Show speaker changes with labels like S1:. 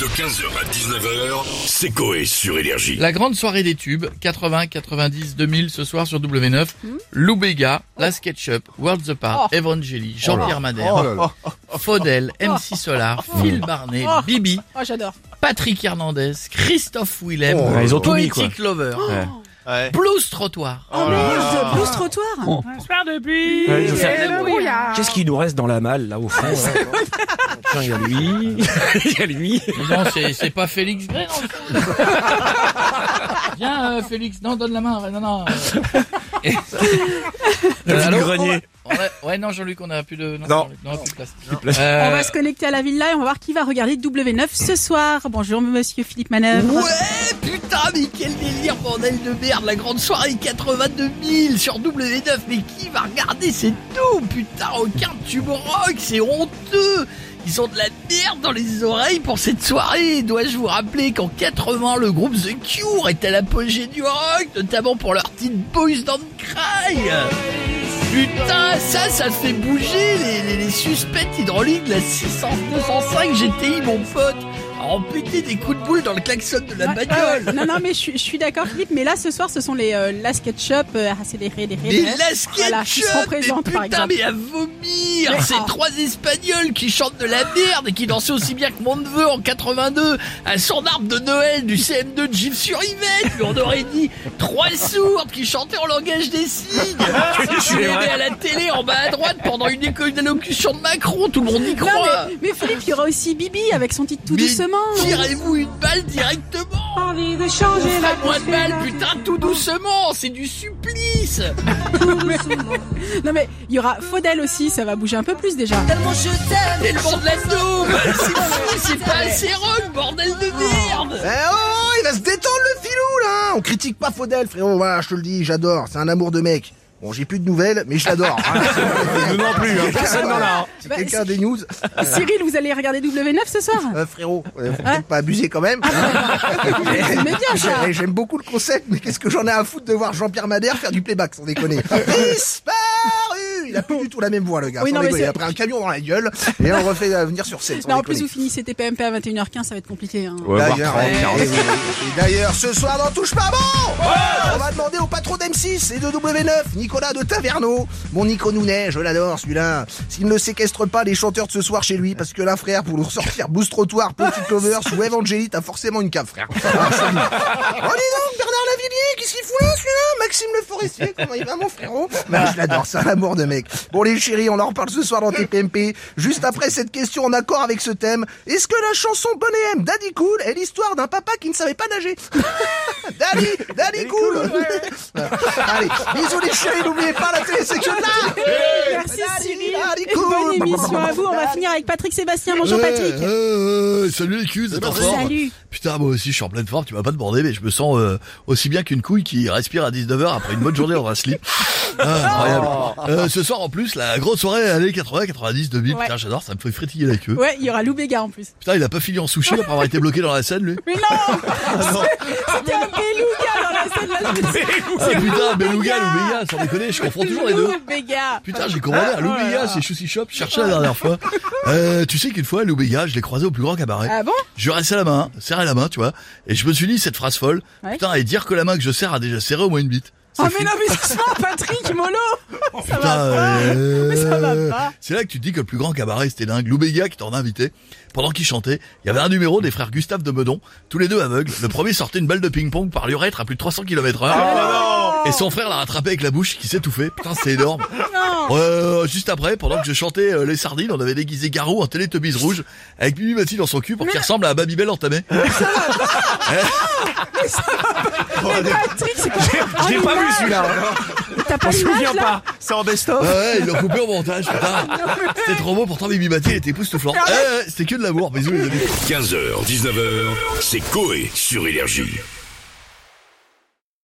S1: De 15h à 19h, c'est Coé sur Énergie.
S2: La grande soirée des tubes, 80, 90, 2000 ce soir sur W9.
S3: Hmm.
S2: Lou Béga,
S3: Oh.
S2: La SketchUp, World the Park, Evangeli, Jean-Pierre Madère,
S3: Oh
S2: Faudel, MC Solar, Phil Barnet,
S3: Oh.
S2: Bibi,
S3: Oh, j'adore.
S2: Patrick Hernandez, Christophe Willem,
S4: Ouais, Oh, ils ont tout mis,
S2: Poetic Lover,
S5: Ouais.
S2: Blues Trottoir.
S3: Oh, merde, plus trottoir.
S4: Ouais, je vais faire-
S3: le brouillard.
S4: Qu'est-ce qu'il nous reste dans la malle, là, au fond là Tiens, il y a lui, il y a lui.
S2: Mais Non, c'est c'est pas Félix Gray, dans le fond. Viens, euh, Félix, non, donne la main. Non, non. euh. Et- Euh, allô
S4: grenier.
S2: On a- Ouais, non, Jean-Luc, on a plus de, non,
S4: Non.
S2: Jean-Luc, plus de place.
S4: place.
S2: Euh,
S3: On va se connecter à la villa et on va voir qui va regarder W9 ce soir. Bonjour, monsieur Philippe Manœuvre.
S2: Ouais, putain, mais quel délire, bordel de merde, la grande soirée 82 000 sur W9, mais qui va regarder C'est tout, putain, aucun tube rock, c'est honteux ils ont de la merde dans les oreilles pour cette soirée. Dois-je vous rappeler qu'en 80, le groupe The Cure était à l'apogée du rock, notamment pour leur titre Boys Don't Cry Putain, ça, ça fait bouger les, les, les suspects hydrauliques de la 600, 205 GTI, mon pote. Empêter des coups de boule dans le klaxon de la
S3: Ouais,
S2: bagnole.
S3: Ah, ouais, ouais. Non, non, mais je, suis- je suis d'accord, Philippe, mais là, ce soir, ce sont les euh, la SketchUp, euh, ah, c'est les ré, les ré-
S2: Des
S3: les-
S2: Lasquets
S3: Voilà, qui seront
S2: mais
S3: présentes, par
S2: putain,
S3: exemple.
S2: mais à vomir
S3: Mais-
S2: Ces
S3: ah.
S2: trois Espagnols qui chantent de la merde et qui dansaient aussi bien que mon neveu en 82 à son arbre de Noël du CM2 de Gilles sur Yvette. Mais on aurait dit trois sourdes qui chantaient en langage des signes. Tu les mets à la télé en bas à droite pendant une, éco- une allocution de Macron, tout le monde y
S3: Non,
S2: croit.
S3: mais, mais Philippe, il y aura aussi Bibi avec son titre tout
S2: Mais
S3: doucement.
S2: Tirez-vous une balle directement
S3: envie de changer
S2: Pas moins de balle, putain, tout doucement, c'est du supplice
S3: Non, mais il y aura Faudel aussi, ça va bouger un peu plus déjà.
S2: C'est le bord de la daube C'est fou, c'est pas assez rock, bordel de merde
S6: Eh oh, il va se détendre le filou là On critique pas Faudel, frérot, voilà, je te le dis, j'adore, c'est un amour de mec. Bon, j'ai plus de nouvelles, mais je l'adore.
S4: Nous non plus, hein, personne n'en a. hein.
S6: Si
S3: Bah,
S6: quelqu'un a des news,
S2: Ah.
S3: Cyril, vous allez regarder W9 ce soir
S6: euh, frérot, euh,
S3: Hein
S6: faut peut-être pas abuser quand même.
S3: Ah Mais bien ça
S6: Eh, J'aime beaucoup le concept, mais qu'est-ce que j'en ai à foutre de voir Jean-Pierre Madère faire du playback, sans déconner. Disparu Il a plus du tout la même voix, le gars,
S3: Oui,
S6: sans
S3: non, mais
S6: déconner.
S3: c'est-
S6: Après un camion dans la gueule, et on refait euh, venir sur scène, sans
S3: Non, en
S6: déconner.
S3: plus, vous finissez TPMP à 21h15, ça va être compliqué. hein.
S6: D'ailleurs, eh, oui, oui, oui. Et d'ailleurs, ce soir dans Touche pas bon On va demander au patron d'M6 et de W9, Nicolas de Taverneau. Mon Nico Nounet, je l'adore celui-là. S'il ne séquestre pas les chanteurs de ce soir chez lui, parce que là, frère, pour nous ressortir Boost Trottoir, Petit Clovers ou Evangélie, t'as forcément une cave, frère. Ah, c'est lui. oh, dis donc, Bernard Lavillier, qu'est-ce qu'il fout là, celui-là Maxime Le Forestier, comment il va, mon frérot Bah, Je l'adore, c'est un amour de mec. Bon, les chéris, on en reparle ce soir dans TPMP. Juste après cette question en accord avec ce thème, est-ce que la chanson Bonnet M, Daddy Cool, est l'histoire d'un papa qui ne savait pas nager Daddy, Daddy Cool Allez, bisous les chéris, n'oubliez pas la télé, c'est que là
S3: Merci Cyril.
S6: Allez,
S3: Et bonne
S6: cool.
S3: émission à vous. On va finir avec Patrick Sébastien. Bonjour
S7: Ouais,
S3: Patrick.
S7: ouais, ouais, ouais, salut les culs, c'est pas fort.
S3: Salut.
S7: Putain, moi aussi, je suis en pleine forme, tu m'as pas demandé, mais je me sens euh, aussi bien qu'une couille qui respire à 19h après une bonne journée dans un slip. Ah, incroyable. Euh, ce soir, en plus, la grosse soirée, années 80, 90, 2000.
S3: Ouais.
S7: Putain, j'adore, ça me fait frétiller la queue.
S3: Ouais, il y aura Lou Béga en plus.
S7: Putain, il a pas fini en sushi après avoir été bloqué dans la scène, lui.
S3: Mais non
S4: Ah,
S3: C'était un beluga dans la scène là. je me suis dit,
S7: Ah, putain, Beluga,
S3: Béga.
S7: Loubéga, sans déconner, je confonds toujours les deux.
S3: Lou Béga.
S7: Putain, j'ai commandé
S3: Ah,
S7: à Loubéga, c'est Sushi Shop, je cherchais la dernière fois. Euh, tu sais qu'une fois, Loubéga, je l'ai croisé au plus grand cabaret.
S3: Ah bon
S7: Je restais la main, serrais la main, tu vois, et je me suis dit cette phrase folle.
S3: Ouais.
S7: Putain, et dire que la main que je serre a déjà serré au moins une bite. C'est
S3: Ah
S7: fou.
S3: mais non mais doucement Patrick Molo Ça
S7: Putain,
S3: va pas
S7: euh,
S3: Mais ça va pas
S7: C'est là que tu te dis que le plus grand cabaret c'était dingue. Loubéga qui t'en a invité. Pendant qu'il chantait, il y avait un numéro des frères Gustave de Meudon, tous les deux aveugles. Le premier sortait une balle de ping-pong par l'urètre à plus de 300 km
S3: Ah
S7: heure. et son frère l'a rattrapé avec la bouche qui s'étouffait. Putain, c'est énorme.
S3: Non
S7: Euh, juste après, pendant que je chantais euh, les sardines, on avait déguisé Garou en Teletubbies rouge avec Mimi Mathilde dans son cul pour qu'il ressemble à Babybel entamé. Oh,
S3: Mais Patrick c'est quoi
S4: Je l'ai pas vu celui-là.
S3: T'as pas
S4: On se
S3: l'image
S4: souvient
S3: là
S4: pas. C'est en best-of.
S7: Ah ouais, ils l'ont coupé au montage, putain. C'était trop beau, pourtant Bibi Mathé était eh, époustouflant. Eh, ouais, c'était que de l'amour, bisous les amis.
S1: 15h, 19h, c'est Coé sur Énergie.